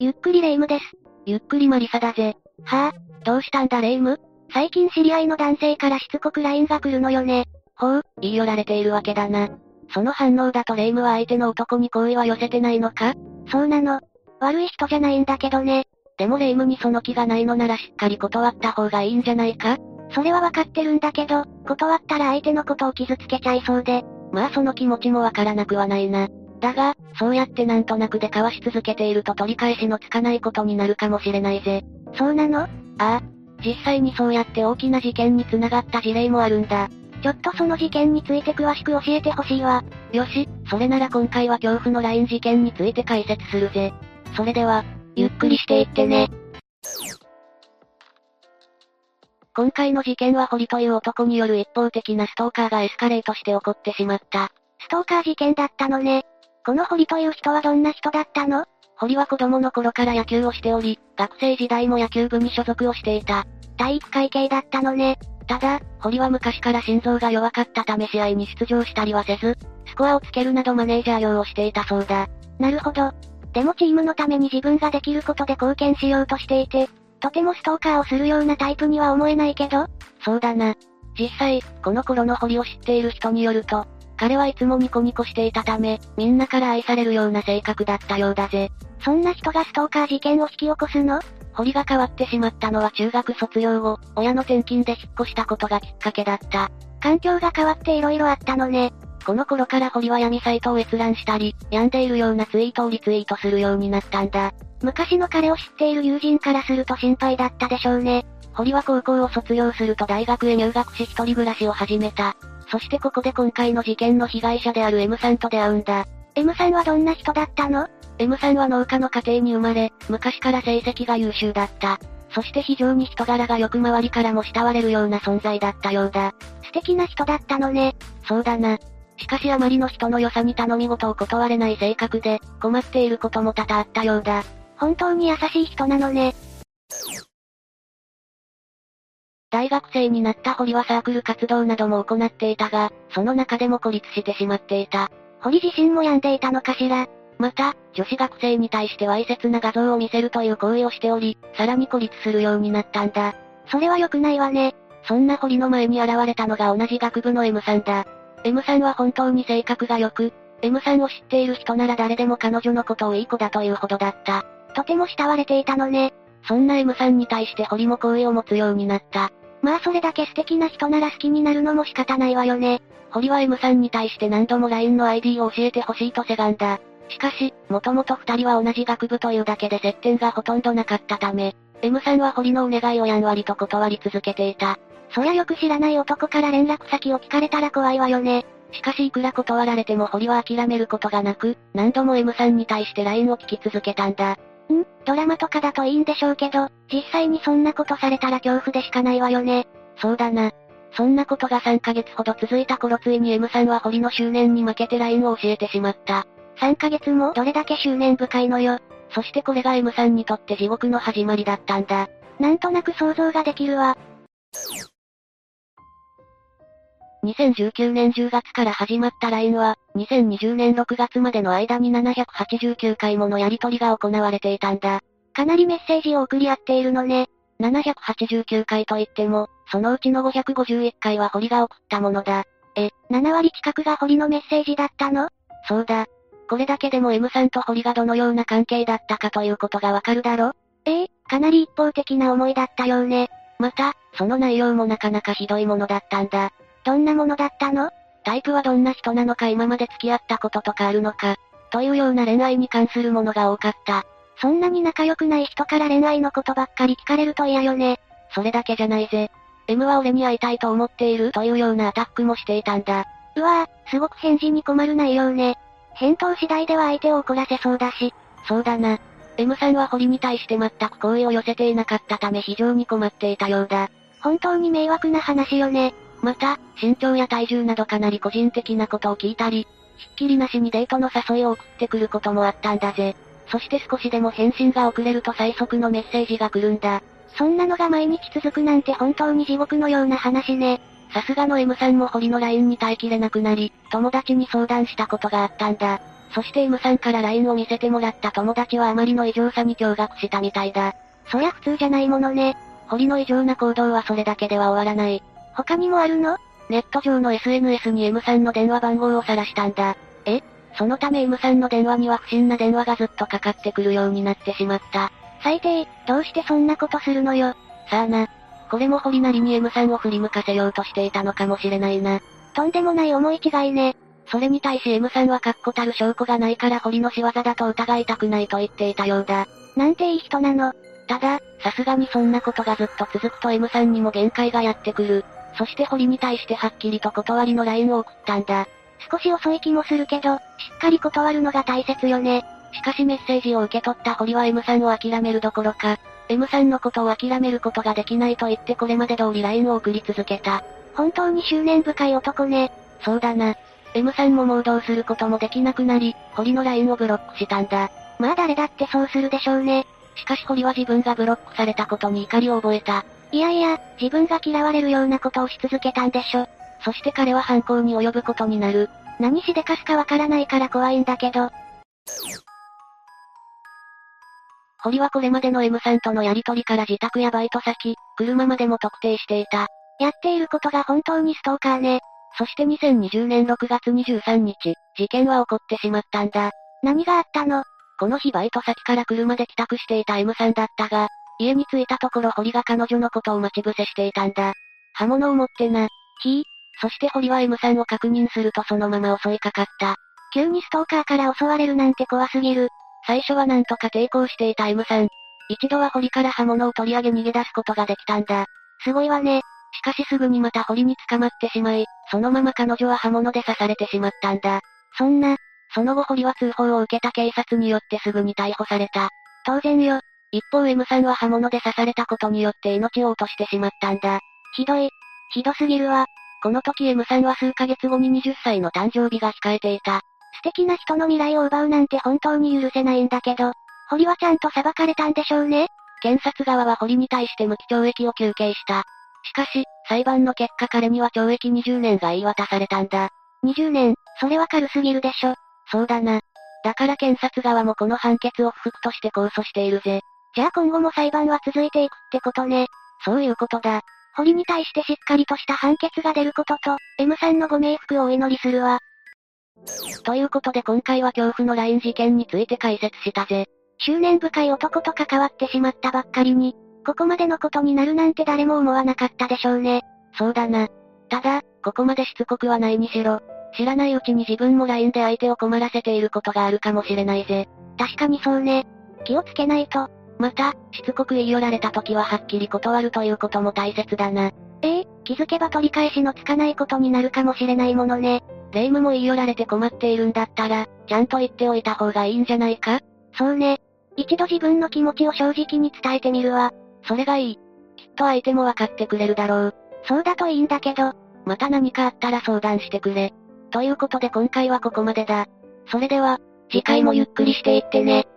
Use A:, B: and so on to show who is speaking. A: ゆっくりレ夢ムです。
B: ゆっくりマリサだぜ。
A: はぁ、どうしたんだレ夢ム最近知り合いの男性からしつこく LINE が来るのよね。
B: ほう、言い寄られているわけだな。その反応だとレ夢ムは相手の男に好意は寄せてないのか
A: そうなの。悪い人じゃないんだけどね。
B: でもレ夢ムにその気がないのならしっかり断った方がいいんじゃないか
A: それはわかってるんだけど、断ったら相手のことを傷つけちゃいそうで。
B: まあその気持ちもわからなくはないな。だが、そうやってなんとなくで交わし続けていると取り返しのつかないことになるかもしれないぜ。
A: そうなの
B: ああ、実際にそうやって大きな事件に繋がった事例もあるんだ。
A: ちょっとその事件について詳しく教えてほしいわ。
B: よし、それなら今回は恐怖のライン事件について解説するぜ。それでは、ゆっくりしていってね。今回の事件は堀という男による一方的なストーカーがエスカレートして起こってしまった。
A: ストーカー事件だったのね。この堀という人はどんな人だったの
B: 堀は子供の頃から野球をしており、学生時代も野球部に所属をしていた。
A: 体育会系だったのね。
B: ただ、堀は昔から心臓が弱かったため試合に出場したりはせず、スコアをつけるなどマネージャー用をしていたそうだ。
A: なるほど。でもチームのために自分ができることで貢献しようとしていて、とてもストーカーをするようなタイプには思えないけど
B: そうだな。実際、この頃の堀を知っている人によると、彼はいつもニコニコしていたため、みんなから愛されるような性格だったようだぜ。
A: そんな人がストーカー事件を引き起こすの
B: 堀が変わってしまったのは中学卒業後、親の転勤で引っ越したことがきっかけだった。
A: 環境が変わって色々あったのね。
B: この頃から堀は闇サイトを閲覧したり、病んでいるようなツイートをリツイートするようになったんだ。
A: 昔の彼を知っている友人からすると心配だったでしょうね。
B: 堀は高校を卒業すると大学へ入学し一人暮らしを始めた。そしてここで今回の事件の被害者である M さんと出会うんだ。
A: M さんはどんな人だったの
B: ?M さんは農家の家庭に生まれ、昔から成績が優秀だった。そして非常に人柄がよく周りからも慕われるような存在だったようだ。
A: 素敵な人だったのね。
B: そうだな。しかしあまりの人の良さに頼み事を断れない性格で、困っていることも多々あったようだ。
A: 本当に優しい人なのね。
B: 大学生になった堀はサークル活動なども行っていたが、その中でも孤立してしまっていた。
A: 堀自身も病んでいたのかしら。
B: また、女子学生に対してわいせつな画像を見せるという行為をしており、さらに孤立するようになったんだ。
A: それは良くないわね。
B: そんな堀の前に現れたのが同じ学部の M さんだ。M さんは本当に性格が良く、M さんを知っている人なら誰でも彼女のことをいい子だというほどだった。
A: とても慕われていたのね。
B: そんな M さんに対して堀も好意を持つようになった。
A: まあそれだけ素敵な人なら好きになるのも仕方ないわよね。
B: 堀は M さんに対して何度も LINE の ID を教えてほしいとせがんだ。しかし、もともと二人は同じ学部というだけで接点がほとんどなかったため、M さんは堀のお願いをやんわりと断り続けていた。
A: そりゃよく知らない男から連絡先を聞かれたら怖いわよね。
B: しかしいくら断られても堀は諦めることがなく、何度も M さんに対して LINE を聞き続けたんだ。
A: んドラマとかだといいんでしょうけど、実際にそんなことされたら恐怖でしかないわよね。
B: そうだな。そんなことが3ヶ月ほど続いた頃ついに M さんは堀の執念に負けて LINE を教えてしまった。
A: 3ヶ月も
B: どれだけ執念深いのよ。そしてこれが M さんにとって地獄の始まりだったんだ。
A: なんとなく想像ができるわ。
B: 2019年10月から始まった LINE は、2020年6月までの間に789回ものやり取りが行われていたんだ。
A: かなりメッセージを送り合っているのね。
B: 789回といっても、そのうちの551回は堀が送ったものだ。
A: え、7割近くが堀のメッセージだったの
B: そうだ。これだけでも M さんと堀がどのような関係だったかということがわかるだろ
A: ええかなり一方的な思いだったようね。
B: また、その内容もなかなかひどいものだったんだ。
A: どんなものだったの
B: タイプはどんな人なのか今まで付き合ったこととかあるのか、というような恋愛に関するものが多かった。
A: そんなに仲良くない人から恋愛のことばっかり聞かれると嫌よね。
B: それだけじゃないぜ。M は俺に会いたいと思っているというようなアタックもしていたんだ。
A: うわぁ、すごく返事に困る内容ね。返答次第では相手を怒らせそうだし。
B: そうだな。M さんは堀に対して全く好意を寄せていなかったため非常に困っていたようだ。
A: 本当に迷惑な話よね。
B: また、身長や体重などかなり個人的なことを聞いたり、ひっきりなしにデートの誘いを送ってくることもあったんだぜ。そして少しでも返信が遅れると最速のメッセージが来るんだ。
A: そんなのが毎日続くなんて本当に地獄のような話ね。
B: さすがの M さんも堀の LINE に耐えきれなくなり、友達に相談したことがあったんだ。そして M さんから LINE を見せてもらった友達はあまりの異常さに驚愕したみたいだ。
A: そりゃ普通じゃないものね。
B: 堀の異常な行動はそれだけでは終わらない。
A: 他にもあるの
B: ネット上の SNS に M さんの電話番号を晒したんだ。えそのため M さんの電話には不審な電話がずっとかかってくるようになってしまった。
A: 最低、どうしてそんなことするのよ。
B: さあな。これも堀なりに M さんを振り向かせようとしていたのかもしれないな。
A: とんでもない思い違いね。
B: それに対し M さんは確固たる証拠がないから堀の仕業だと疑いたくないと言っていたようだ。
A: なんていい人なの。
B: ただ、さすがにそんなことがずっと続くと M さんにも限界がやってくる。そして堀に対してはっきりと断りの LINE を送ったんだ。
A: 少し遅い気もするけど、しっかり断るのが大切よね。
B: しかしメッセージを受け取った堀は M さんを諦めるどころか、M さんのことを諦めることができないと言ってこれまで通り LINE を送り続けた。
A: 本当に執念深い男ね。
B: そうだな。M さんも盲導することもできなくなり、堀の LINE をブロックしたんだ。
A: まあ誰だってそうするでしょうね。
B: しかし堀は自分がブロックされたことに怒りを覚えた。
A: いやいや、自分が嫌われるようなことをし続けたんでしょ。
B: そして彼は犯行に及ぶことになる。
A: 何しでかすかわからないから怖いんだけど。
B: 堀はこれまでの M さんとのやりとりから自宅やバイト先、車までも特定していた。
A: やっていることが本当にストーカーね。
B: そして2020年6月23日、事件は起こってしまったんだ。
A: 何があったの
B: この日バイト先から車で帰宅していた M さんだったが、家に着いたところ堀が彼女のことを待ち伏せしていたんだ。刃物を持ってな、ひー。そして堀は M さんを確認するとそのまま襲いかかった。
A: 急にストーカーから襲われるなんて怖すぎる。
B: 最初はなんとか抵抗していた M さん。一度は堀から刃物を取り上げ逃げ出すことができたんだ。
A: すごいわね。
B: しかしすぐにまた堀に捕まってしまい、そのまま彼女は刃物で刺されてしまったんだ。
A: そんな、
B: その後堀は通報を受けた警察によってすぐに逮捕された。
A: 当然よ。
B: 一方 M さんは刃物で刺されたことによって命を落としてしまったんだ。
A: ひどい。ひどすぎるわ。
B: この時 M さんは数ヶ月後に20歳の誕生日が控えていた。
A: 素敵な人の未来を奪うなんて本当に許せないんだけど、堀はちゃんと裁かれたんでしょうね。
B: 検察側は堀に対して無期懲役を求刑した。しかし、裁判の結果彼には懲役20年が言い渡されたんだ。
A: 20年、それは軽すぎるでしょ。
B: そうだな。だから検察側もこの判決を不服として控訴しているぜ。
A: じゃあ今後も裁判は続いていくってことね。
B: そういうことだ。
A: 堀に対してしっかりとした判決が出ることと、M さんのご冥福をお祈りするわ。
B: ということで今回は恐怖の LINE 事件について解説したぜ。
A: 執念深い男と関わってしまったばっかりに、ここまでのことになるなんて誰も思わなかったでしょうね。
B: そうだな。ただ、ここまでしつこくはないにしろ、知らないうちに自分も LINE で相手を困らせていることがあるかもしれないぜ。
A: 確かにそうね。気をつけないと。
B: また、しつこく言い寄られた時ははっきり断るということも大切だな。
A: ええ気づけば取り返しのつかないことになるかもしれないものね。
B: 霊夢も言い寄られて困っているんだったら、ちゃんと言っておいた方がいいんじゃないか
A: そうね。一度自分の気持ちを正直に伝えてみるわ。
B: それがいい。きっと相手もわかってくれるだろう。
A: そうだといいんだけど。
B: また何かあったら相談してくれ。ということで今回はここまでだ。それでは、
A: 次回もゆっくりしていってね。